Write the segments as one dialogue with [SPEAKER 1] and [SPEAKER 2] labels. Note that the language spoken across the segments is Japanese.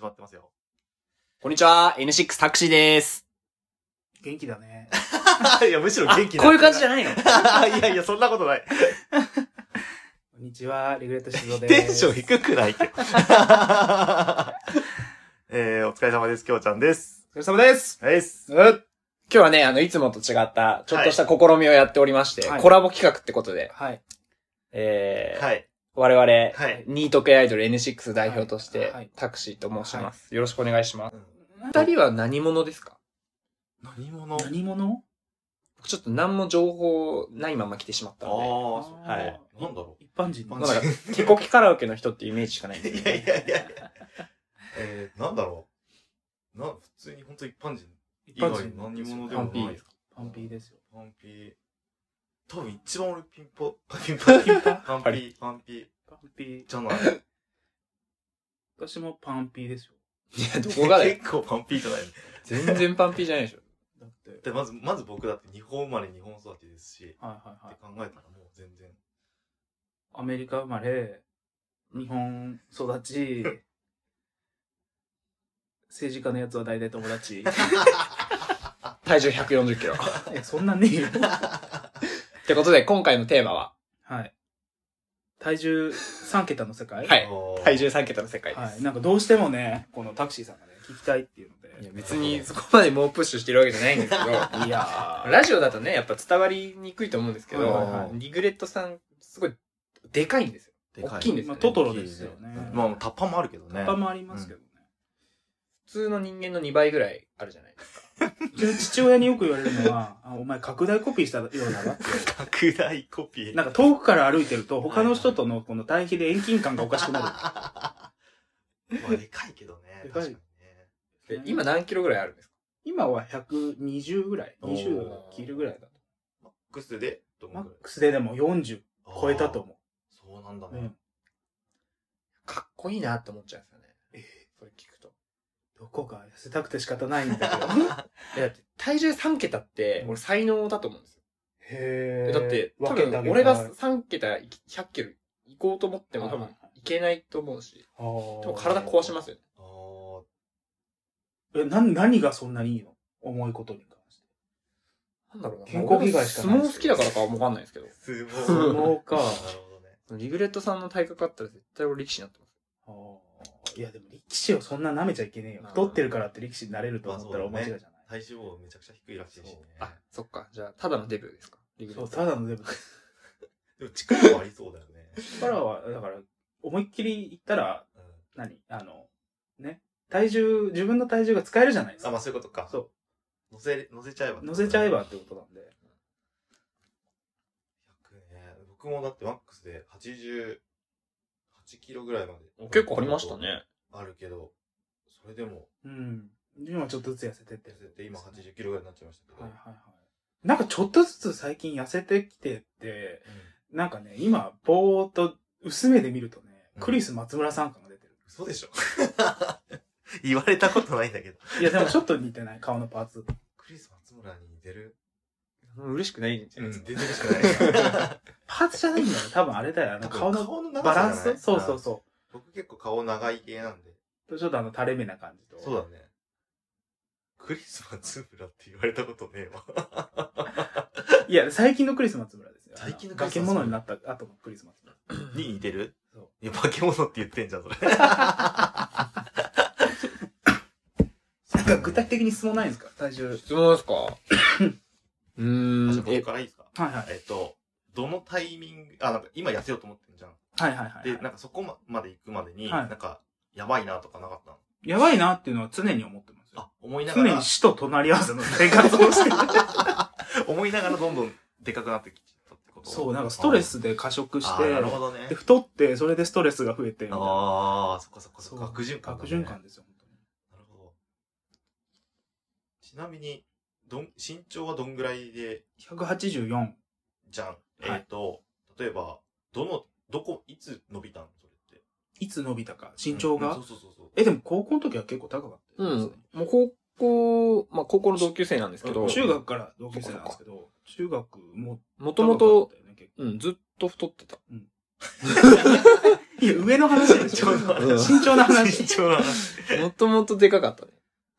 [SPEAKER 1] まってますよ。
[SPEAKER 2] こんにちは、N6 タクシーです。
[SPEAKER 3] 元気だね。
[SPEAKER 1] いや、むしろ元気
[SPEAKER 2] こういう感じじゃない の
[SPEAKER 1] いいやいや、そんなことない。
[SPEAKER 3] こんにちは、リグレット静で
[SPEAKER 1] テン
[SPEAKER 3] す。
[SPEAKER 1] ション低くないけど えー、お疲れ様です。きょうちゃんです。
[SPEAKER 3] お疲れ様です。
[SPEAKER 1] はいっす。
[SPEAKER 3] うん
[SPEAKER 2] 今日はね、あの、いつもと違った、ちょっとした試みをやっておりまして、
[SPEAKER 3] はい
[SPEAKER 2] コラボ企画ってことで、
[SPEAKER 3] はい。
[SPEAKER 2] えー
[SPEAKER 1] はい。
[SPEAKER 2] 我々、
[SPEAKER 1] はい
[SPEAKER 2] ニート系アイドル N6 代表として、
[SPEAKER 3] はいはい
[SPEAKER 2] タクシーと申します、よろしくお願いします。
[SPEAKER 3] 二
[SPEAKER 2] 二人は何者ですか
[SPEAKER 1] 何者
[SPEAKER 3] 人何者
[SPEAKER 2] 僕ちょっと何も情報ないまま来てしまった
[SPEAKER 1] ああ、
[SPEAKER 2] の
[SPEAKER 1] はい。なんだろ
[SPEAKER 3] 一般人
[SPEAKER 1] う
[SPEAKER 2] で、
[SPEAKER 3] の
[SPEAKER 2] もうなんか、手こきカラオケの人ってイメージしかないん です
[SPEAKER 1] い
[SPEAKER 2] よ
[SPEAKER 1] やいやいやえー、なんだろうな、普通に本当一般人以
[SPEAKER 3] 一
[SPEAKER 1] 外
[SPEAKER 3] 般人。
[SPEAKER 1] 何者で
[SPEAKER 2] パ
[SPEAKER 1] も
[SPEAKER 2] ンピ
[SPEAKER 1] な
[SPEAKER 2] ー
[SPEAKER 1] い
[SPEAKER 2] で
[SPEAKER 1] ですか
[SPEAKER 3] パンピーですよ。
[SPEAKER 1] パンピー。多分一番俺ピンポ、ピンポ、ピンポ、パンピ
[SPEAKER 2] は
[SPEAKER 1] ー、パンピー。
[SPEAKER 3] パンピー。
[SPEAKER 1] じゃない。
[SPEAKER 3] 私もパンピーですよ。
[SPEAKER 2] いや、どこがだ よ。
[SPEAKER 1] 結構パンピーじゃない。
[SPEAKER 2] 全然パンピーじゃないでしょ。
[SPEAKER 3] だって。
[SPEAKER 1] で、まず、まず僕だって日本生まれ日本育ちですし、
[SPEAKER 3] はいはいは
[SPEAKER 1] っ
[SPEAKER 3] い
[SPEAKER 1] て。考えたらもう全然。
[SPEAKER 3] アメリカ生まれ、日本育ち、 政治家のやつは大体友達。 い
[SPEAKER 2] 体重140キロ。っ
[SPEAKER 3] や、そんなんねえよ。
[SPEAKER 2] てことで、今回のテーマは、
[SPEAKER 3] はい。体重3桁の世界
[SPEAKER 2] はい
[SPEAKER 1] おー
[SPEAKER 2] 体重3桁の世界です。
[SPEAKER 3] はい。なんかどうしてもね、このタクシーさんがね、聞きたいっていうの
[SPEAKER 2] い
[SPEAKER 3] で。
[SPEAKER 2] や別にそこまで猛プッシュしてるわけじゃないんですけど
[SPEAKER 3] いやー。
[SPEAKER 2] ラジオだとねやっぱ伝わりにくいと思うんですけど、
[SPEAKER 3] はい
[SPEAKER 1] はい
[SPEAKER 2] リグレットさんすごいでかいんですよ
[SPEAKER 1] でか
[SPEAKER 2] 大きいんですよ
[SPEAKER 3] まあ、
[SPEAKER 2] ね、
[SPEAKER 3] トトロですよね。
[SPEAKER 1] まあ、タッパもあるけどね。
[SPEAKER 3] パパもありま すけどね。
[SPEAKER 2] 普通の人間の2倍ぐらいあるじゃないですか
[SPEAKER 3] うちの父親によく言われるのは、あお前拡大コピーしたようだなって。
[SPEAKER 1] 拡大コピー。
[SPEAKER 3] なんか遠くから歩いてると、他の人とのこの対比で遠近感がおかしく な
[SPEAKER 1] まあ、でかいけどね。
[SPEAKER 3] で
[SPEAKER 1] 確か
[SPEAKER 3] かい
[SPEAKER 1] にね。
[SPEAKER 3] る
[SPEAKER 2] で。今、何キロぐらいあるんですか
[SPEAKER 3] 今は120ぐらい。
[SPEAKER 1] おー
[SPEAKER 3] 20切るぐらいだと。
[SPEAKER 1] マックスで、ど
[SPEAKER 3] マ
[SPEAKER 1] の
[SPEAKER 3] ッ
[SPEAKER 1] くらい
[SPEAKER 3] クスででも40超えたと思
[SPEAKER 1] あーそうなんだ
[SPEAKER 3] う。う
[SPEAKER 1] ね。
[SPEAKER 3] ん。
[SPEAKER 2] かっこいいなって思っちゃうんですよねそれ聞くと
[SPEAKER 3] どこか痩せたくて仕方ないんだけど。
[SPEAKER 2] いやだって体重3桁って
[SPEAKER 3] うん
[SPEAKER 2] 俺才能だと思うんですよ、
[SPEAKER 3] へー
[SPEAKER 2] だって多
[SPEAKER 3] 分けてあげ
[SPEAKER 2] 分
[SPEAKER 3] る
[SPEAKER 2] 俺
[SPEAKER 3] は
[SPEAKER 2] が
[SPEAKER 3] い
[SPEAKER 2] 3桁い100キロ行こうと思っても多分いけないと思うし
[SPEAKER 3] あー
[SPEAKER 2] 多分体壊しますよね
[SPEAKER 1] あー
[SPEAKER 3] え、な、何がそんなにいいの重いことに関して。
[SPEAKER 2] なんだろうな
[SPEAKER 3] 健康被害しかない
[SPEAKER 2] 相撲好きだからかはわかんないですけど
[SPEAKER 1] 相撲。
[SPEAKER 3] 相撲か
[SPEAKER 1] なるほどね。
[SPEAKER 2] リグレットさんの体格あったら絶対俺力士になってます。
[SPEAKER 3] あーいや、でも力士をそんな舐めちゃいけねえよ
[SPEAKER 2] ま。あ
[SPEAKER 3] 太ってるからって力士になれると思ったら
[SPEAKER 1] まあ
[SPEAKER 3] 大間違いじゃない。
[SPEAKER 1] 体脂肪めちゃくちゃ低いらしいしね。
[SPEAKER 2] あ、そっか。じゃあ、ただのデブですかリグレ
[SPEAKER 3] そ
[SPEAKER 2] ッ
[SPEAKER 3] う、
[SPEAKER 2] トさ
[SPEAKER 3] た
[SPEAKER 2] ん。
[SPEAKER 3] だの全部。
[SPEAKER 1] でも、力はありそうだよね。
[SPEAKER 3] 力は、だから、思いっきり言ったら、
[SPEAKER 1] うん
[SPEAKER 3] 何あの、ね。体重、自分の体重が使えるじゃないです
[SPEAKER 1] あ、まあ
[SPEAKER 3] か。
[SPEAKER 1] そういうことか。
[SPEAKER 3] そ
[SPEAKER 1] 乗せ、乗せちゃえば。
[SPEAKER 3] う。乗せちゃえ。ばってことなんで。
[SPEAKER 1] 100ね。僕もだってマックスで88キロぐらいまで。
[SPEAKER 2] 結構ありました。ね。
[SPEAKER 1] あるけど、それでも、
[SPEAKER 3] うん。今ちょっとずつ痩せてって
[SPEAKER 1] 痩
[SPEAKER 3] る。
[SPEAKER 1] せて今80キロぐらいになっちゃいましたけど。
[SPEAKER 3] はいはいはい。なんかちょっとずつ最近痩せてきてっ
[SPEAKER 1] う
[SPEAKER 3] て、
[SPEAKER 1] ん
[SPEAKER 3] なんかね、今、ぼーっと薄めで見るとね、
[SPEAKER 1] うん
[SPEAKER 3] クリス松村さん感が出てる。
[SPEAKER 1] 嘘でしょ 言われたことないんだけど。
[SPEAKER 3] いや、でもちょっと似てない 顔のパーツ。
[SPEAKER 1] クリス松村に似てる
[SPEAKER 2] 嬉しくないんじゃないです
[SPEAKER 1] 出
[SPEAKER 2] か。
[SPEAKER 1] てるしかない。
[SPEAKER 3] パーツじゃないんだよね。多分あれだよ。あの 顔の
[SPEAKER 1] の
[SPEAKER 3] バランスそうそう
[SPEAKER 1] う。
[SPEAKER 3] そ
[SPEAKER 1] 僕結構顔長い系なんで。
[SPEAKER 3] う。ちょっとあの垂れ目な感じと。
[SPEAKER 1] そうだね。クリス松村って言われたことねえわ。
[SPEAKER 3] いや、最近のクリス松村ですよ。
[SPEAKER 1] 最近のク
[SPEAKER 3] 化
[SPEAKER 1] リス
[SPEAKER 3] け
[SPEAKER 1] 松村
[SPEAKER 3] 物になった後のクリス松村。
[SPEAKER 1] に似てる
[SPEAKER 3] そう
[SPEAKER 1] いや、化け物って言ってんじゃん、それ。
[SPEAKER 3] なんか具体的に質問ないんですか体重。
[SPEAKER 2] 質問ですか うー
[SPEAKER 1] あじゃ
[SPEAKER 2] ん
[SPEAKER 1] あ。
[SPEAKER 2] え
[SPEAKER 1] 僕、からいいですか
[SPEAKER 3] はいはい。
[SPEAKER 1] えっと、どのタイミング、あ、なんか今痩せようと思ってんじゃん。
[SPEAKER 3] はいはいはい
[SPEAKER 1] で、
[SPEAKER 3] は
[SPEAKER 1] なんかそこまで行くまでに、
[SPEAKER 3] はい
[SPEAKER 1] なんか、やばいなとかなかったの
[SPEAKER 3] い。やばいなっていうのは常に思ってますよ。
[SPEAKER 1] あ、思いなが
[SPEAKER 3] 常
[SPEAKER 1] ら
[SPEAKER 3] に、死と隣り合わせの生活をしてる。
[SPEAKER 1] 思いながらどんどんでかくなってきちゃったってこと
[SPEAKER 3] そう、なんかストレスで過食し
[SPEAKER 1] あ
[SPEAKER 3] て
[SPEAKER 1] ー、なるほどね
[SPEAKER 3] で。太って、それでストレスが増えてみたいな、
[SPEAKER 1] ああ、そっかそっかそっか。
[SPEAKER 3] そう
[SPEAKER 1] 悪循環、
[SPEAKER 3] 悪循。環ですよ、本当に。
[SPEAKER 1] なるほど。ちなみに、どん、身長はどんぐらいで、
[SPEAKER 3] 184。
[SPEAKER 1] じゃん。えっ、
[SPEAKER 3] い
[SPEAKER 1] と、例えば、どの、どこ、いつ伸びたのそれって。
[SPEAKER 3] いつ伸びたか、身長が。
[SPEAKER 1] うんそうそうそうそう。
[SPEAKER 3] え、でも高校の時は結構高かった
[SPEAKER 2] う
[SPEAKER 3] ですね、
[SPEAKER 2] ん。もう高校、まあ高校の同級生なんですけ
[SPEAKER 1] う
[SPEAKER 2] ど
[SPEAKER 1] ん、
[SPEAKER 3] 中学から同級生なんですけど、中学も
[SPEAKER 2] もと
[SPEAKER 3] 高か
[SPEAKER 2] も
[SPEAKER 3] ったよ
[SPEAKER 2] と、
[SPEAKER 3] ね、結構
[SPEAKER 2] うん、ずっと太ってた。
[SPEAKER 3] いや、上の話で しょ。
[SPEAKER 1] 身長の話
[SPEAKER 3] 身長の話。
[SPEAKER 1] 身長の話。
[SPEAKER 2] もともとでかかったね。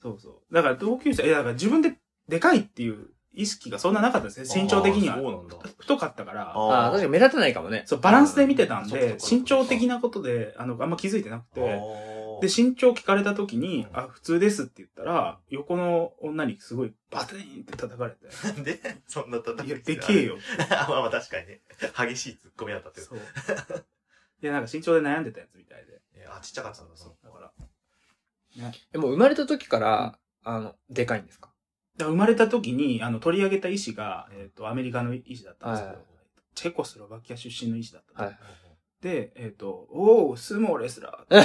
[SPEAKER 3] そうそう。だから同級生、いや、だから自分ででかいっていう意識がそんななかったんですね。身長的には
[SPEAKER 1] あー。そうなんだ。
[SPEAKER 3] 太かったから。
[SPEAKER 2] ああー、確かに目立たないかもね。
[SPEAKER 3] そう、バランスで見てたん
[SPEAKER 1] あーそっ
[SPEAKER 3] で
[SPEAKER 1] か、そっか
[SPEAKER 3] 身長的なことで、あの、あんま気づいてなくて、
[SPEAKER 1] で
[SPEAKER 3] で、身長聞かれた時に、
[SPEAKER 1] うん
[SPEAKER 3] あ、普通ですって言ったら、横の女にすごいバテーンって叩か れて、
[SPEAKER 1] なんで、そんな叩
[SPEAKER 3] い
[SPEAKER 1] き
[SPEAKER 3] や、
[SPEAKER 1] つけ
[SPEAKER 3] で
[SPEAKER 1] ら
[SPEAKER 3] けえ。よ。
[SPEAKER 1] あまあまあ確かにね。激しい突っ込みだったっていう。
[SPEAKER 3] そう。いや、なんか身 長で悩んでたやつみたいで。
[SPEAKER 1] えーあ、ちっちゃかったんだ、そ
[SPEAKER 3] だから、だか
[SPEAKER 2] えもう生まれた時から、あの、でかいんですか
[SPEAKER 3] ら生まれた時に、あの、取り上げた医師が、えっ、と、アメリカの医師だったんですけど、
[SPEAKER 2] はい
[SPEAKER 3] チェコスロバキア出身の医師だったんです。
[SPEAKER 2] い。
[SPEAKER 3] で、えっ、と、おー、相撲レスラー。
[SPEAKER 1] へ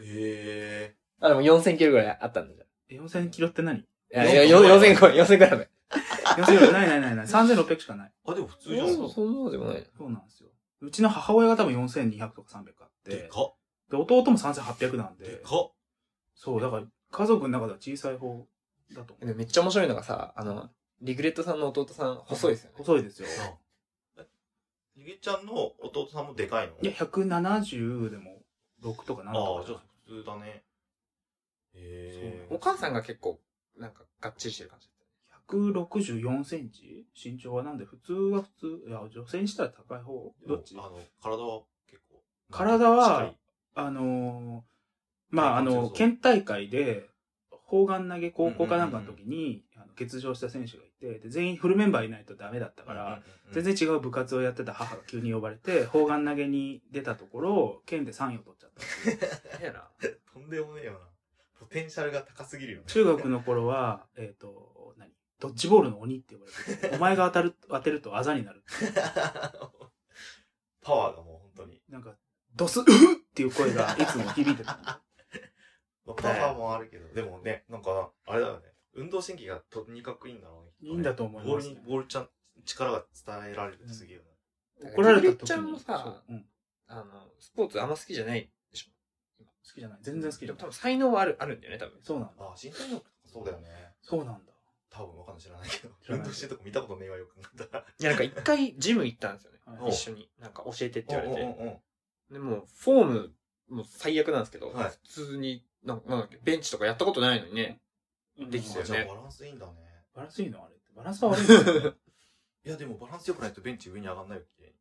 [SPEAKER 1] え。
[SPEAKER 2] あ、でも4000キロぐらいあったんだじ
[SPEAKER 3] 4000キロって何
[SPEAKER 2] ゃん。いや、いや、
[SPEAKER 1] 4000
[SPEAKER 2] 4000キロ、4000キロだね。
[SPEAKER 3] ?4000 キロないな いないない。3600しかない。
[SPEAKER 1] あ、でも普通じゃん。
[SPEAKER 2] そう、そんなでもない。
[SPEAKER 3] そうなんですよ。うちの母親が多分4200とか300あって、
[SPEAKER 1] で
[SPEAKER 3] で
[SPEAKER 1] かっ。
[SPEAKER 3] 弟も3800なん
[SPEAKER 1] で
[SPEAKER 3] で、
[SPEAKER 1] かっ。
[SPEAKER 3] そう、だから家族の中では小さい方だと思
[SPEAKER 2] で
[SPEAKER 3] う。
[SPEAKER 2] もめっちゃ面白いのがさ、あの、リグレットさんの弟さん、細いですよね。
[SPEAKER 3] 細いですよ。
[SPEAKER 1] なあえゆげちゃんの弟さんもでかいの
[SPEAKER 3] いや、170でも6とか7
[SPEAKER 1] ああ
[SPEAKER 3] と
[SPEAKER 1] ー、
[SPEAKER 3] か
[SPEAKER 1] じ
[SPEAKER 3] じ
[SPEAKER 1] ゃ
[SPEAKER 3] ゃ
[SPEAKER 1] あ普通だね。へえ。
[SPEAKER 2] お母さんが結構、なんか、がっちりしてる感じ。
[SPEAKER 3] 164センチ身長はなんで、普通は普通、いや、女性にしたら高い方、どっち
[SPEAKER 1] あの、体は結構。
[SPEAKER 3] 体は
[SPEAKER 1] しっかり
[SPEAKER 3] あのー、まあ、あ
[SPEAKER 1] 体幹強
[SPEAKER 3] の、
[SPEAKER 1] そう
[SPEAKER 3] 県大会で、砲丸投げ高校かなんかの時に、あの欠場した選手がいて、で全員フルメンバーいないとダメだったから、、
[SPEAKER 1] うんうんう
[SPEAKER 3] 全
[SPEAKER 1] ん
[SPEAKER 3] 然違う部活をやってた母が急に呼ばれて、砲丸投げに出たところ、県で3位を取っちゃったって いう。
[SPEAKER 2] ええな。
[SPEAKER 1] とんでもねえよな。ポテンシャルが高すぎるよね。
[SPEAKER 3] 中学の頃は、 えっ、と、何ドッジボールの鬼って呼ばれてて、お前が当たる、 当てるとあざになる。
[SPEAKER 1] パワーがもう本当に。
[SPEAKER 3] なんか、ドス、うふっっていう声がいつも響いてた。
[SPEAKER 1] まあパワーもあるけど、でもね、なんか、あれだよね。運動神経がとにかくいいんだろうね。きっとね
[SPEAKER 3] いいんだと思いますね
[SPEAKER 1] ボールに、ボールちゃん、力が伝えられるってすげえよね。
[SPEAKER 3] 怒られた
[SPEAKER 2] リグレ
[SPEAKER 3] 時に。
[SPEAKER 2] ッちゃんもさ、
[SPEAKER 3] そう、うん、好
[SPEAKER 2] あの、スポーツあんま好きじゃないでしょ。
[SPEAKER 3] きじゃない。全然好きじ
[SPEAKER 2] で
[SPEAKER 3] ゃ
[SPEAKER 2] も
[SPEAKER 3] ない
[SPEAKER 2] 多。分才能はある、あるんだよね、多分。
[SPEAKER 3] そうなんだ。
[SPEAKER 1] ああ、身体能力とかそうだよね。
[SPEAKER 3] そうなんだ。
[SPEAKER 1] 多分わかんない知らないけど。
[SPEAKER 3] 知らない
[SPEAKER 1] 運動してるとこ見たことねえわよくなったら。
[SPEAKER 2] いや、なんか一回ジム行ったんですよね。
[SPEAKER 3] はい
[SPEAKER 1] お
[SPEAKER 2] 一緒に。なんか教えてって言われ
[SPEAKER 1] うん
[SPEAKER 2] て。
[SPEAKER 1] うんうん
[SPEAKER 2] でも、フォームも最悪なんですけど、
[SPEAKER 1] はい
[SPEAKER 2] 普通に、なんかなんだっけ、ベンチとかやったことないのにね。
[SPEAKER 3] うん
[SPEAKER 2] できて
[SPEAKER 1] あ
[SPEAKER 2] たよ
[SPEAKER 1] じ
[SPEAKER 2] ね
[SPEAKER 1] ゃあバランスいいんだね。
[SPEAKER 3] バランスいいのあれって。バランスは悪いんだよ ね。
[SPEAKER 1] いや、でもバランス良くないとベンチ上に上がんないよって。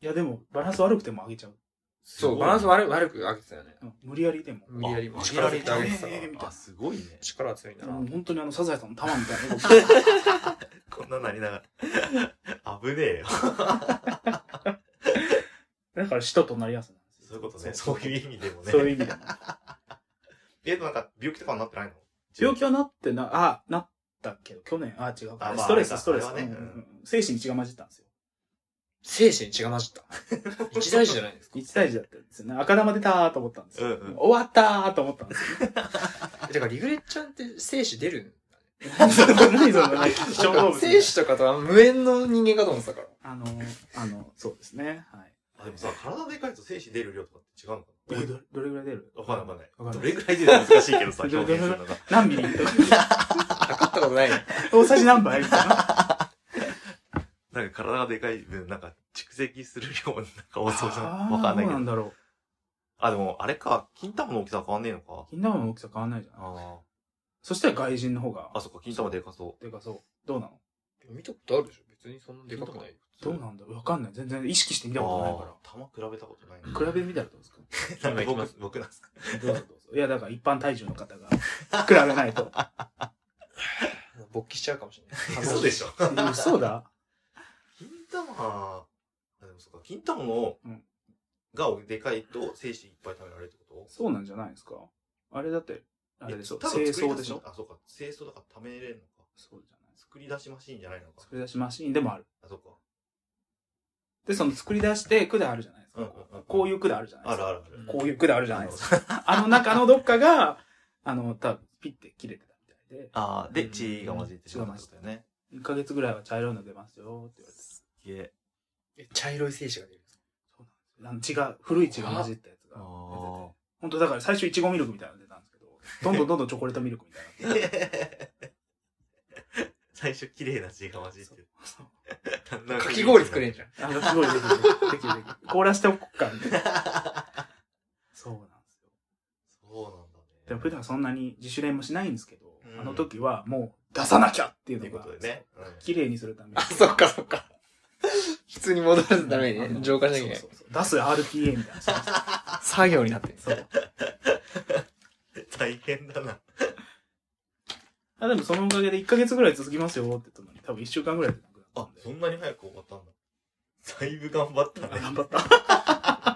[SPEAKER 3] いや、でも、バランス悪くても上げちゃう。
[SPEAKER 1] すごい
[SPEAKER 2] そ、
[SPEAKER 1] う
[SPEAKER 2] バランス悪い悪く上げてたよね。
[SPEAKER 3] うん無理やりでも。
[SPEAKER 2] 無理やりも
[SPEAKER 1] あ
[SPEAKER 2] 力入れて上げてた
[SPEAKER 1] えーみたいなあ、すごいね。
[SPEAKER 2] 力強いな。
[SPEAKER 3] もう本当にあの、サザエさんの玉みたいな動き。
[SPEAKER 1] こんななりながら。危ねえよ。
[SPEAKER 3] だから、使徒となりやすいなんです
[SPEAKER 1] そ
[SPEAKER 3] よ
[SPEAKER 1] ういうことね。そういう意味でもね。
[SPEAKER 3] そういう意味でも。
[SPEAKER 1] えっと、なんか、病気とかになってないの
[SPEAKER 3] 病気はなってな、あ、なったけど、去年、あ、違うか
[SPEAKER 1] あまあ
[SPEAKER 3] ストレス、ストレス。
[SPEAKER 1] あれはね
[SPEAKER 3] うんうんうん精神に血が混じったんですよ。
[SPEAKER 2] 精神に血が混じった。一大事じゃないですか。
[SPEAKER 3] 一対一だったんですよね。赤玉出たーと思ったんですよ。
[SPEAKER 1] うんうん
[SPEAKER 3] 終わったーと思ったんですよ。
[SPEAKER 2] えだから、リグレッちゃんって精子出るん
[SPEAKER 3] 何 その、なんか小動物。
[SPEAKER 2] 精子とかとは無縁の人間かと思ってたから。
[SPEAKER 3] あの、あの、そうですね。はい。
[SPEAKER 1] あ、でもさ、体でかいと精子出る量とかって違うのか
[SPEAKER 3] え
[SPEAKER 1] な
[SPEAKER 3] どどれぐらい出る
[SPEAKER 1] わかんないわかん
[SPEAKER 3] わ
[SPEAKER 1] ない。
[SPEAKER 3] か
[SPEAKER 1] ど
[SPEAKER 3] んな
[SPEAKER 1] れ
[SPEAKER 3] い
[SPEAKER 1] ぐらい出るか難しいけどさ、
[SPEAKER 3] どれ
[SPEAKER 1] 表現するのが。
[SPEAKER 3] 何ミリとか。
[SPEAKER 2] 測ったことない。
[SPEAKER 3] 大さじ何杯みたいな。
[SPEAKER 1] なんか体がでかい分、なんか蓄積する量、なんか多そうじゃ
[SPEAKER 3] あ
[SPEAKER 1] ん。
[SPEAKER 3] ー
[SPEAKER 1] わかんない
[SPEAKER 3] ど
[SPEAKER 1] け
[SPEAKER 3] うなん
[SPEAKER 1] ど。
[SPEAKER 3] だろ
[SPEAKER 1] あ、でも、あれか、金玉の大きさ変わんねえのか
[SPEAKER 3] う。。金玉の大きさ変わんないじゃん。
[SPEAKER 1] あ
[SPEAKER 3] そしたら外人の方が
[SPEAKER 1] あ。、あ、そっか、金玉でかそう。
[SPEAKER 3] でかそう。どうなの
[SPEAKER 2] 見たことあるでしょ別にそんなでかくない。
[SPEAKER 3] どうなんだわかんない。全然意識して見たことないから。
[SPEAKER 1] 玉比べたことない
[SPEAKER 3] 比べてみたらどうですか
[SPEAKER 1] な。なんか僕、僕なんですか。
[SPEAKER 3] どうぞどうぞ。いや、だから一般体重の方が、比べないと。
[SPEAKER 2] 勃起しちゃうかもしれない。
[SPEAKER 1] 嘘でしょ。
[SPEAKER 3] えそうだ
[SPEAKER 1] 金玉、あ、でもそっか、金玉の
[SPEAKER 3] うん、
[SPEAKER 1] がでかいと精子いっぱい食べられるってこと
[SPEAKER 3] そうなんじゃないですかあれだって、あれでしょ
[SPEAKER 1] え多分
[SPEAKER 3] 清
[SPEAKER 1] 作り
[SPEAKER 3] 掃
[SPEAKER 1] 出
[SPEAKER 3] ですしょ
[SPEAKER 1] あ、そうか。清掃だから貯めれるのか。
[SPEAKER 3] そうじゃないですか。
[SPEAKER 1] 作り出しマシーンじゃないのか
[SPEAKER 3] 作。り出しマシーンでもある。
[SPEAKER 1] あ、そうか。
[SPEAKER 3] で、その作り出して管あるじゃないです
[SPEAKER 1] うんう
[SPEAKER 3] か
[SPEAKER 1] ん。うん。
[SPEAKER 3] こういう管あるじゃないで
[SPEAKER 1] あ
[SPEAKER 3] す
[SPEAKER 1] る
[SPEAKER 3] か。
[SPEAKER 1] あるある。
[SPEAKER 3] こういう管あるじゃないですか。
[SPEAKER 1] か。
[SPEAKER 3] あの中のどっかが、あの、多分ピッて切れてたみたいで、
[SPEAKER 1] ああ、
[SPEAKER 2] う
[SPEAKER 1] で、
[SPEAKER 2] ん
[SPEAKER 1] 血が混じってしまったんですよね。
[SPEAKER 3] 1ヶ月ぐらいは茶色いの出ますよって言われて。
[SPEAKER 1] すげえ。
[SPEAKER 2] え茶色い精子が出るんです
[SPEAKER 3] そうなんですよ。あの血が、古い血が混じったやつが
[SPEAKER 1] あ
[SPEAKER 3] 出てて。
[SPEAKER 1] ー
[SPEAKER 3] 本当だから最初いちごミルクみたいなの出たんですけど、どんどんどんどんチョコレートミルクみたいになって。
[SPEAKER 1] 最初綺麗な血が混じってる。だんだ
[SPEAKER 2] か
[SPEAKER 1] ん
[SPEAKER 2] かき氷作れんじゃん。
[SPEAKER 3] あ、すごいできる。できるできる。凍らしておくか、みたいな。 でも普段そんなに自主練もしないんですけど、
[SPEAKER 1] うん
[SPEAKER 3] あの時はもう出さなきゃってい
[SPEAKER 1] というう
[SPEAKER 3] の
[SPEAKER 1] こ
[SPEAKER 3] が
[SPEAKER 1] と、でね。
[SPEAKER 3] 綺麗にするために
[SPEAKER 2] あ、。そっかそっか。普通に戻らせるために
[SPEAKER 3] あ
[SPEAKER 2] ね、
[SPEAKER 3] の
[SPEAKER 2] 浄化しなきゃいけない
[SPEAKER 3] そう。そうそう出す RPA みたいな。そう
[SPEAKER 2] 作業になってる。
[SPEAKER 3] そう
[SPEAKER 1] うん大変だな。
[SPEAKER 3] あでもそのおかげで1ヶ月ぐらい続きますよって言ったのに、多分1週間ぐらいでなくな
[SPEAKER 1] あ
[SPEAKER 3] っ、
[SPEAKER 1] そ
[SPEAKER 3] たん
[SPEAKER 1] んなに早く終わったんだ。だいぶ頑張った
[SPEAKER 3] で。
[SPEAKER 1] ね。
[SPEAKER 3] 頑張っ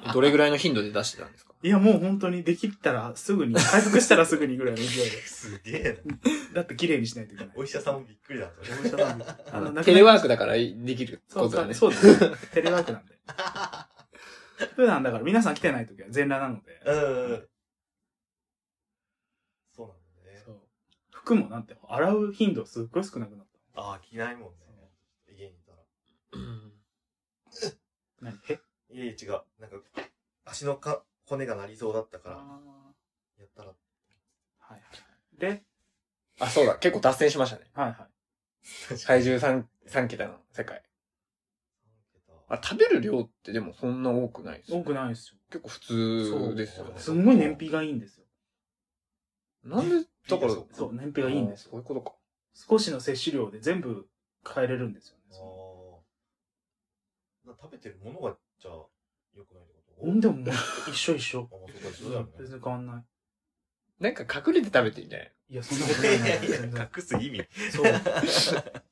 [SPEAKER 3] た。
[SPEAKER 2] どれぐらいの頻度で出してたんですか
[SPEAKER 3] いやもう本当にできたらすぐに、回復したらすぐにぐらいの勢いで。
[SPEAKER 1] すげえな。
[SPEAKER 3] だって綺麗にしないといけない。
[SPEAKER 1] お医者さんもびっくりだな。それ
[SPEAKER 3] お医者さんもあの
[SPEAKER 2] テレワー
[SPEAKER 3] ク
[SPEAKER 2] クだからできる
[SPEAKER 3] そ
[SPEAKER 2] こ
[SPEAKER 3] う
[SPEAKER 2] とだね。
[SPEAKER 3] そうそうです。テレワークなんで。普段だから皆さん来てない時は全裸なので。
[SPEAKER 1] うん。そうなんだね。
[SPEAKER 3] そう服もなんて、洗う頻度すっごい少なくなっ
[SPEAKER 1] ああ、着ないもんね
[SPEAKER 3] そ。
[SPEAKER 1] 家にいたら。
[SPEAKER 2] うん
[SPEAKER 3] た。何え
[SPEAKER 1] いえいえ、違う。なんか、足のか骨がなりそうだったから、やったら、
[SPEAKER 3] はいはい。で、
[SPEAKER 2] あ、そうだ。結構脱線しましたね。
[SPEAKER 3] はいは い。
[SPEAKER 2] 体重 3, 3桁の世界。あ、食べる量ってでもそんな多くないです。
[SPEAKER 3] 多くないですよ。
[SPEAKER 2] 結構普通ですよね。
[SPEAKER 3] すんごい燃費がいいんですよ。
[SPEAKER 2] なんで、だから、
[SPEAKER 1] そう
[SPEAKER 3] そう、燃費がいいんです
[SPEAKER 2] あーそういう。
[SPEAKER 3] よ
[SPEAKER 2] ことか。
[SPEAKER 3] 少しの摂取量で全部変えれるんですよね
[SPEAKER 1] あーな食べてるものが、じゃあ、良くないってこと
[SPEAKER 3] うん。でも、一緒一緒
[SPEAKER 1] あ。まあそうかそうだよね
[SPEAKER 3] 別に変わんない。
[SPEAKER 2] なんか隠れて食べてみたい
[SPEAKER 3] いや、そんなことない
[SPEAKER 1] い やいや
[SPEAKER 3] 全 然
[SPEAKER 1] 隠す意味。
[SPEAKER 3] そう。だって、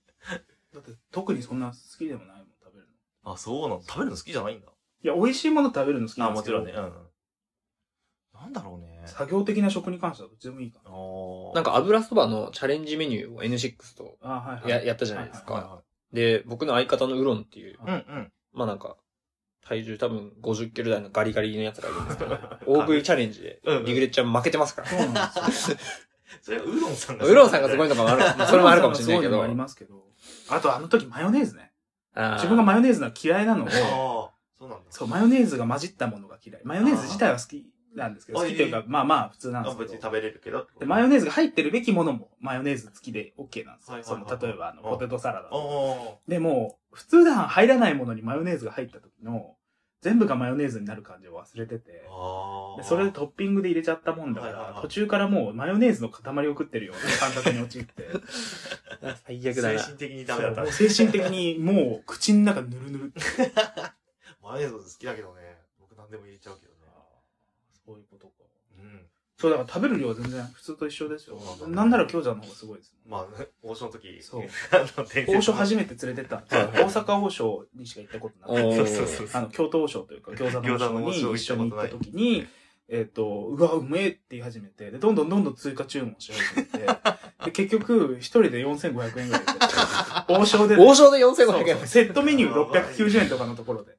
[SPEAKER 3] 特にそんな好きでもないもん、食べるの。
[SPEAKER 1] あ、そうなの。食べるの好きじゃないんだ。
[SPEAKER 3] いや、美味しいもの食べるの好きなんですけど。
[SPEAKER 1] うんうん。なんだろうね
[SPEAKER 3] 作業的な食に関してはどっちでもいいかな。
[SPEAKER 1] あ
[SPEAKER 2] な。なん
[SPEAKER 1] か、
[SPEAKER 2] か油そばのチャレンジメニューを N6 と
[SPEAKER 3] あはいはい。
[SPEAKER 2] ややったじゃないです
[SPEAKER 3] は
[SPEAKER 2] か。で、僕の相方のウロンっていう、
[SPEAKER 1] うんうん。
[SPEAKER 2] まあなんか、体重多分50キロ台のガリガリのやつがいるんですけど、
[SPEAKER 3] い
[SPEAKER 2] 大食いチャレンジで、
[SPEAKER 1] うんうん
[SPEAKER 2] リグレッちゃん負けてますから。
[SPEAKER 3] そうなんですよ。
[SPEAKER 1] それはウロンさんが。
[SPEAKER 2] ウロンさんがすごいのかもある、それもあるかもしれないけ
[SPEAKER 3] そううの
[SPEAKER 2] ど
[SPEAKER 3] もあり、ますけど。あと、あの時マヨネーズね。
[SPEAKER 2] あー
[SPEAKER 3] 自分がマヨネーズの嫌いなのを
[SPEAKER 1] あ、あ、そうなんだ。
[SPEAKER 3] そう、マヨネーズが混じったものが嫌い。マヨネーズ自体は好きなんですけど、
[SPEAKER 1] あー
[SPEAKER 3] 好きという
[SPEAKER 1] あいい、
[SPEAKER 3] かまあまあ普通なんで
[SPEAKER 1] あ
[SPEAKER 3] すけ
[SPEAKER 1] 別に
[SPEAKER 3] ど。
[SPEAKER 1] 食べれるけどってこと。
[SPEAKER 3] でマヨネーズが入ってるべきものもマヨネーズ付きで OK なんです
[SPEAKER 1] は
[SPEAKER 3] よ
[SPEAKER 1] い。はい
[SPEAKER 3] そ
[SPEAKER 1] はい
[SPEAKER 3] の、例えばあの、
[SPEAKER 1] うん
[SPEAKER 3] ポテトサラダ
[SPEAKER 1] あ。あ。
[SPEAKER 3] でも、普通段入らないものにマヨネーズが入った時の、全部がマヨネーズになる感じを忘れてて、
[SPEAKER 1] あ
[SPEAKER 3] で
[SPEAKER 1] あ。
[SPEAKER 3] それでトッピングで入れちゃったもんだか
[SPEAKER 1] はいはいは
[SPEAKER 3] ら
[SPEAKER 1] い、
[SPEAKER 3] 途中からもうマヨネーズの塊を食ってるような感覚に陥って、
[SPEAKER 2] 最悪だ
[SPEAKER 1] 精
[SPEAKER 2] な。
[SPEAKER 1] 神的 にダメだった
[SPEAKER 3] そうもう。精神的にもう口の中ぬるぬる って。
[SPEAKER 1] マヨネーズ好きだけどね。僕何でも入れちゃうけどね。
[SPEAKER 3] そういうことか。
[SPEAKER 1] うん。
[SPEAKER 3] そう、だから食べる量は全然普通と一緒ですよ
[SPEAKER 1] そう。なんだ
[SPEAKER 3] なんなら京ちゃんの方がすごいですも
[SPEAKER 1] ま
[SPEAKER 3] ん。
[SPEAKER 1] あね、王将の時。
[SPEAKER 3] そう。
[SPEAKER 1] あの、伝説の
[SPEAKER 3] 王将初めて連れてったんですよ
[SPEAKER 2] はい
[SPEAKER 3] 大阪王将にしか行ったことなくて。
[SPEAKER 2] おー
[SPEAKER 1] そうそうそうそ
[SPEAKER 3] あ
[SPEAKER 1] う。
[SPEAKER 3] の、京都王将というか、餃子
[SPEAKER 1] 餃子
[SPEAKER 3] の
[SPEAKER 1] の
[SPEAKER 3] 王
[SPEAKER 1] 王
[SPEAKER 3] 将
[SPEAKER 1] 将
[SPEAKER 3] に一緒に行った時に
[SPEAKER 1] 行った、
[SPEAKER 3] えっ、と、うわ、うめえって言い始めて、で、どんどんどんどん追加注文し始めて、で、結局、一人で4500円ぐらいで、王将で、
[SPEAKER 2] 王将で
[SPEAKER 3] そ
[SPEAKER 2] 4500
[SPEAKER 3] うそう
[SPEAKER 2] 円。
[SPEAKER 3] セットメニュー690円とかのところで、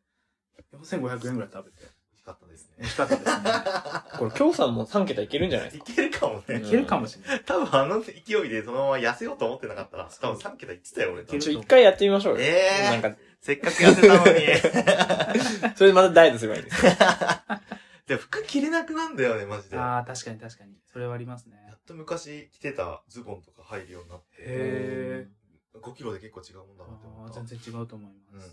[SPEAKER 3] 4500円ぐらい食べ
[SPEAKER 1] 美
[SPEAKER 3] て、
[SPEAKER 1] 味しかったです
[SPEAKER 3] 美
[SPEAKER 1] ね。
[SPEAKER 3] 味しかったですね。
[SPEAKER 2] これ、京さんも3桁いけるんじゃないです
[SPEAKER 1] い
[SPEAKER 2] か
[SPEAKER 1] けるかもね。
[SPEAKER 3] いけるかもしれない。
[SPEAKER 1] 多分あの勢いでそのまま痩せようと思ってなかったら、多分3桁いってたよ、俺。
[SPEAKER 3] いける
[SPEAKER 2] ちょ、一回やってみましょうよ。
[SPEAKER 1] えー
[SPEAKER 2] なんか、
[SPEAKER 1] せっかく痩せたのに。
[SPEAKER 2] それでまたダイエットすればいいです。
[SPEAKER 1] で、服着れなくなんだよね、マジで。や
[SPEAKER 3] ああ、確かに確かに。それはありますね。
[SPEAKER 1] っと昔着てたズボンとか入るようになって。
[SPEAKER 3] へ
[SPEAKER 1] 5キロで結構違うもんだなって思
[SPEAKER 3] あ
[SPEAKER 1] っ
[SPEAKER 3] ー
[SPEAKER 1] た。
[SPEAKER 3] 全
[SPEAKER 1] で
[SPEAKER 3] 然違うと思います。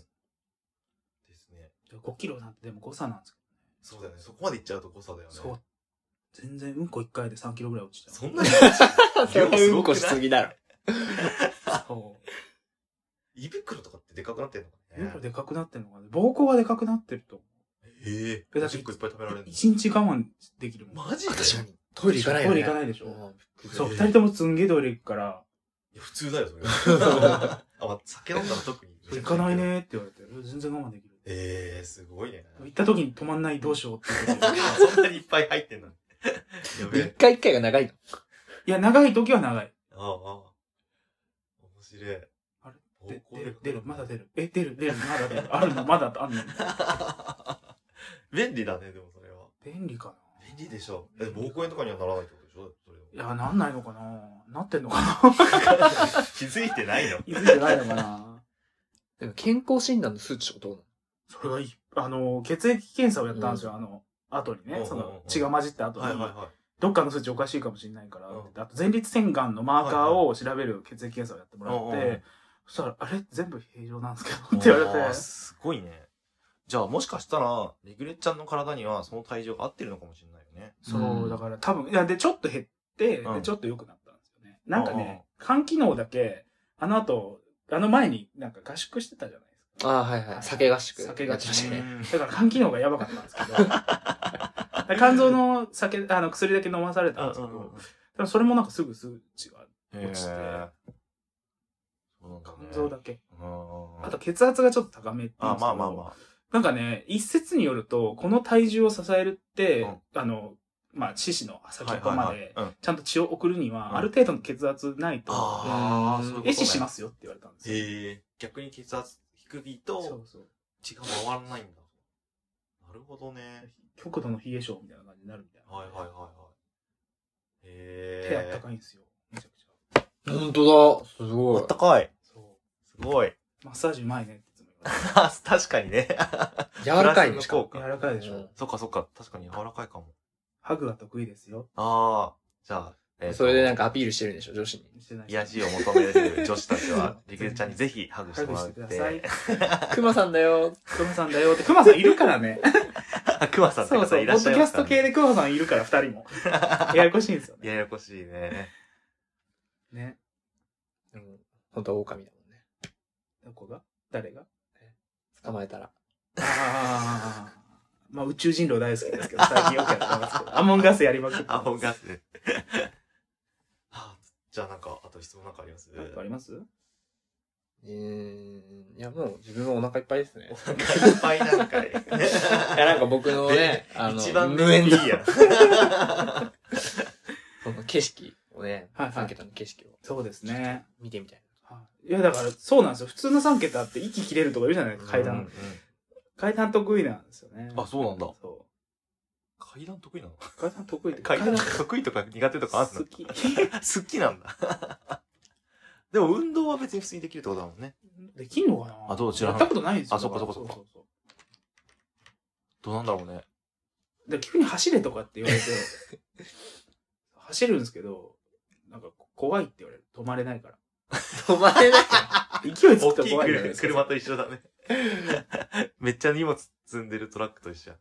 [SPEAKER 1] すね。
[SPEAKER 3] 5キロなんてでも誤差なんです
[SPEAKER 1] そうだよね。そこまでいっちゃうと誤差だよね。
[SPEAKER 3] けど。そう。全然うんこ1回で3キロぐらい落ちちゃう。
[SPEAKER 1] そんなに
[SPEAKER 2] それは
[SPEAKER 1] す
[SPEAKER 2] うん
[SPEAKER 1] ごくな
[SPEAKER 2] こ
[SPEAKER 1] い
[SPEAKER 2] しすぎだろ。
[SPEAKER 3] そう。
[SPEAKER 1] 胃袋とかってでかくなってんのか
[SPEAKER 3] うん
[SPEAKER 1] ね
[SPEAKER 3] こ。でかくなってるのかね。膀胱はでかくなってると。
[SPEAKER 1] へえ。
[SPEAKER 3] え
[SPEAKER 1] え、だ
[SPEAKER 3] だっ
[SPEAKER 1] ってて1個いっぱい食べられるの
[SPEAKER 3] 1日我慢できるもん。
[SPEAKER 1] マジで
[SPEAKER 2] 私もトイレ行かないよ
[SPEAKER 3] トイ
[SPEAKER 2] ね。
[SPEAKER 3] レ行かないでしょ
[SPEAKER 2] うん
[SPEAKER 3] そう、
[SPEAKER 1] え
[SPEAKER 3] 二
[SPEAKER 1] ー
[SPEAKER 3] 人ともすんげえトイレ行くから、
[SPEAKER 1] いや、普通だよ、それは。あ、まあ、酒飲んだら特に。
[SPEAKER 3] 行かない。ねーって言われて、うん全然我慢できる。
[SPEAKER 1] ええー、すごいね。
[SPEAKER 3] 行った時に止まんないどうしようって言って
[SPEAKER 1] そんなにいっぱい入ってんのに。やべ
[SPEAKER 2] 一
[SPEAKER 1] え。
[SPEAKER 2] 回一回が長いの。
[SPEAKER 3] いや、長い時は長い。
[SPEAKER 1] ああ、ああ。面白い。
[SPEAKER 3] あで出る、出る、まだ出る。え、出る、出る、まだ出る。
[SPEAKER 1] あ
[SPEAKER 3] あるの、まだあるの。
[SPEAKER 1] る。 便利だね、でもそれは。
[SPEAKER 3] 便利かな。
[SPEAKER 1] 便利でしょ。え、膀胱炎とかにはならないってことでしょそれはい
[SPEAKER 3] や、なんないのかななってんのか な
[SPEAKER 1] 気づいてないの
[SPEAKER 3] 気づいてないのかな
[SPEAKER 2] なんか健康診断の数値とかどうなの
[SPEAKER 3] それがいい。あの、血液検査をやったんですよ、あの、後に
[SPEAKER 1] うんうんう
[SPEAKER 3] ね。
[SPEAKER 1] ん
[SPEAKER 3] その、血が混じった後
[SPEAKER 1] はいはい
[SPEAKER 3] に。
[SPEAKER 1] は
[SPEAKER 3] どっかの数値おかしいかもしれないから、
[SPEAKER 1] うん
[SPEAKER 3] あと前立腺がんのマーカーを調べる血液検査をやってもらって、
[SPEAKER 1] うんうん
[SPEAKER 3] そしたら、あれ全部平常なんですけ
[SPEAKER 1] い。
[SPEAKER 3] どって言われ
[SPEAKER 1] あー
[SPEAKER 3] て、
[SPEAKER 1] すごいね。じゃあもしかしたら、リグレッちゃんの体にはその体重が合ってるのかもしれないよね。
[SPEAKER 3] そう、
[SPEAKER 2] うん
[SPEAKER 3] だから多分、いや、で、ちょっと減って、
[SPEAKER 1] うん
[SPEAKER 3] で、ちょっと良くなったんですよね。なんかね、肝機能だけ、あの後、あの前になんか合宿してたじゃないですか。
[SPEAKER 4] ああ、はいはい。酒合宿。
[SPEAKER 3] 酒合宿
[SPEAKER 4] やってましたね。
[SPEAKER 3] だから肝機能がやばかったんですけど、 肝臓の酒、あの、薬だけ飲まされたんですけど、でもそれもなんかすぐ数値が、
[SPEAKER 1] うん。
[SPEAKER 3] 落ちて
[SPEAKER 1] へーそうなんだね
[SPEAKER 3] 肝臓だけ。
[SPEAKER 1] うん
[SPEAKER 3] あと血圧がちょっと高めって言う
[SPEAKER 1] あ
[SPEAKER 3] んですけど
[SPEAKER 1] まあまあま
[SPEAKER 3] なんかね、一説によると、この体重を支えるって、
[SPEAKER 1] うん
[SPEAKER 3] あの、まあ、四肢の
[SPEAKER 1] あ。
[SPEAKER 3] 先っぽま
[SPEAKER 1] はいはい
[SPEAKER 3] で、
[SPEAKER 1] はいうん
[SPEAKER 3] ちゃんと血を送るには、
[SPEAKER 1] うん
[SPEAKER 3] ある程度の血圧ないと、
[SPEAKER 1] ああ、そういうことね
[SPEAKER 3] 壊死しますよって言われたんですよ。
[SPEAKER 1] へえ。逆に血圧低い
[SPEAKER 3] そ
[SPEAKER 1] と
[SPEAKER 3] うそう。
[SPEAKER 1] 血が回らないんだ。なるほどね。
[SPEAKER 3] 極度の冷え性みたいな感じになるみたいな。
[SPEAKER 1] はいはいはいはい。へえ。
[SPEAKER 3] 手あったかいんですよ。めちゃくちゃ。
[SPEAKER 2] 本当だ。すご
[SPEAKER 1] あ
[SPEAKER 2] い
[SPEAKER 1] っ。たかい。
[SPEAKER 3] そ
[SPEAKER 1] すごい。
[SPEAKER 3] う。マッサージうまいねっていつも言われて
[SPEAKER 1] 確かにね。
[SPEAKER 2] 柔らかい
[SPEAKER 1] プ
[SPEAKER 2] ね。
[SPEAKER 1] ラスの効果
[SPEAKER 3] 柔らかいでしょ。
[SPEAKER 1] そっかそっか。確かに柔らかいかも。
[SPEAKER 3] ハグは得意ですよ。
[SPEAKER 1] ああ。じゃあ、え
[SPEAKER 2] う
[SPEAKER 1] ー
[SPEAKER 2] ん
[SPEAKER 1] と
[SPEAKER 2] それでなんかアピールしてるんでしょ、女子 に。
[SPEAKER 3] してない。
[SPEAKER 1] 癒しを求める女子たち は、リクエちゃんにぜひハグし
[SPEAKER 3] ハ
[SPEAKER 1] て
[SPEAKER 3] グ
[SPEAKER 1] もら
[SPEAKER 3] し
[SPEAKER 1] って
[SPEAKER 3] く
[SPEAKER 1] て。
[SPEAKER 3] ださい。
[SPEAKER 2] クマさんだよ。
[SPEAKER 3] クマさんだよって。クマさんいるからね。
[SPEAKER 1] あ、 クマさんって
[SPEAKER 3] そう
[SPEAKER 1] 方
[SPEAKER 3] そう。
[SPEAKER 1] い
[SPEAKER 3] ポ
[SPEAKER 1] らっ
[SPEAKER 3] ッ
[SPEAKER 1] し
[SPEAKER 3] ド
[SPEAKER 1] ゃい
[SPEAKER 3] キャ
[SPEAKER 1] ます
[SPEAKER 3] ス
[SPEAKER 1] か
[SPEAKER 3] ト
[SPEAKER 1] ら
[SPEAKER 3] 系
[SPEAKER 1] ね。
[SPEAKER 3] でクマさんいるから、二 人も。ややこしいんですよね。
[SPEAKER 1] ややこしいね。
[SPEAKER 3] ね。
[SPEAKER 2] うん。本当は狼だもんね。
[SPEAKER 3] どこが誰が
[SPEAKER 2] 捕まえたら。
[SPEAKER 3] ああ。 まあ宇宙人狼大好きですけど、最近よくやってますけど。アモンガスやりまくってます。
[SPEAKER 1] アホガス。 はあじゃあなんか、あと質問なんかあります
[SPEAKER 3] なんかあります
[SPEAKER 2] えー、いやもう自分はお腹いっぱいですね
[SPEAKER 1] お。腹いっぱいなんかい。
[SPEAKER 2] いやなんか僕のね、あの、
[SPEAKER 1] 一番
[SPEAKER 2] 無縁の
[SPEAKER 1] いいやん。
[SPEAKER 2] この景色をね、
[SPEAKER 3] はいはい
[SPEAKER 2] 3桁の景色を
[SPEAKER 3] そうですね。
[SPEAKER 2] 見てみたい
[SPEAKER 3] はいいや、だから、そうなんですよ。普通の3桁って息切れるとか言うじゃないですか、階
[SPEAKER 1] うんう
[SPEAKER 3] 段
[SPEAKER 1] ん。
[SPEAKER 3] 階段得意なんですよね。
[SPEAKER 1] あ、そうなんだ。
[SPEAKER 3] そ
[SPEAKER 1] 階段得意なの
[SPEAKER 3] う。階段得意って
[SPEAKER 1] 階段得意とか苦手と かあるの
[SPEAKER 3] 好き。
[SPEAKER 1] 好きなんだ。 でも運動は別に普通にできるってことだもんね。
[SPEAKER 3] できんのかな
[SPEAKER 1] あどう知らな
[SPEAKER 3] やっ
[SPEAKER 1] か
[SPEAKER 3] た
[SPEAKER 1] った
[SPEAKER 3] ことないんですよ。
[SPEAKER 1] あそっかそ
[SPEAKER 3] だ
[SPEAKER 1] っ
[SPEAKER 3] ら
[SPEAKER 1] かそっか
[SPEAKER 3] うそう
[SPEAKER 1] どうなんだろうね。
[SPEAKER 3] そうで、急に走れとかって言われて、 走るんですけど、なんか怖いって言われる。止まれないから。
[SPEAKER 2] な。お前だ
[SPEAKER 3] 勢いつ
[SPEAKER 1] 大
[SPEAKER 3] くと
[SPEAKER 1] きい
[SPEAKER 3] 怖いじゃな
[SPEAKER 1] 車
[SPEAKER 3] いですか。
[SPEAKER 1] 車と一緒だね。 めっちゃ荷物積んでるトラックと一緒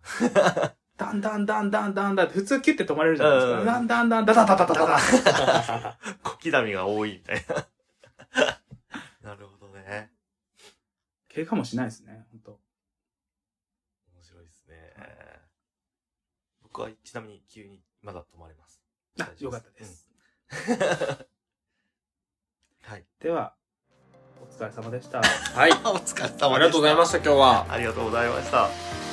[SPEAKER 3] だんだんだんだんだんだんって普通キュッて止まれるじゃないです
[SPEAKER 1] う
[SPEAKER 3] か。
[SPEAKER 1] ん
[SPEAKER 3] だんだんだんだだだだだだだ。
[SPEAKER 1] だ。小刻みが多いみたい な。なるほどね。
[SPEAKER 3] 怪我もしないですね、本当。
[SPEAKER 1] 面白いですね。僕はちなみに急にまだ止まれます。
[SPEAKER 3] あ、よかったです。
[SPEAKER 1] はい。
[SPEAKER 3] では、お疲れ様でした。
[SPEAKER 2] はい。
[SPEAKER 1] お疲れ様でした
[SPEAKER 2] ありがとうございました、今日は。
[SPEAKER 1] ありがとうございました。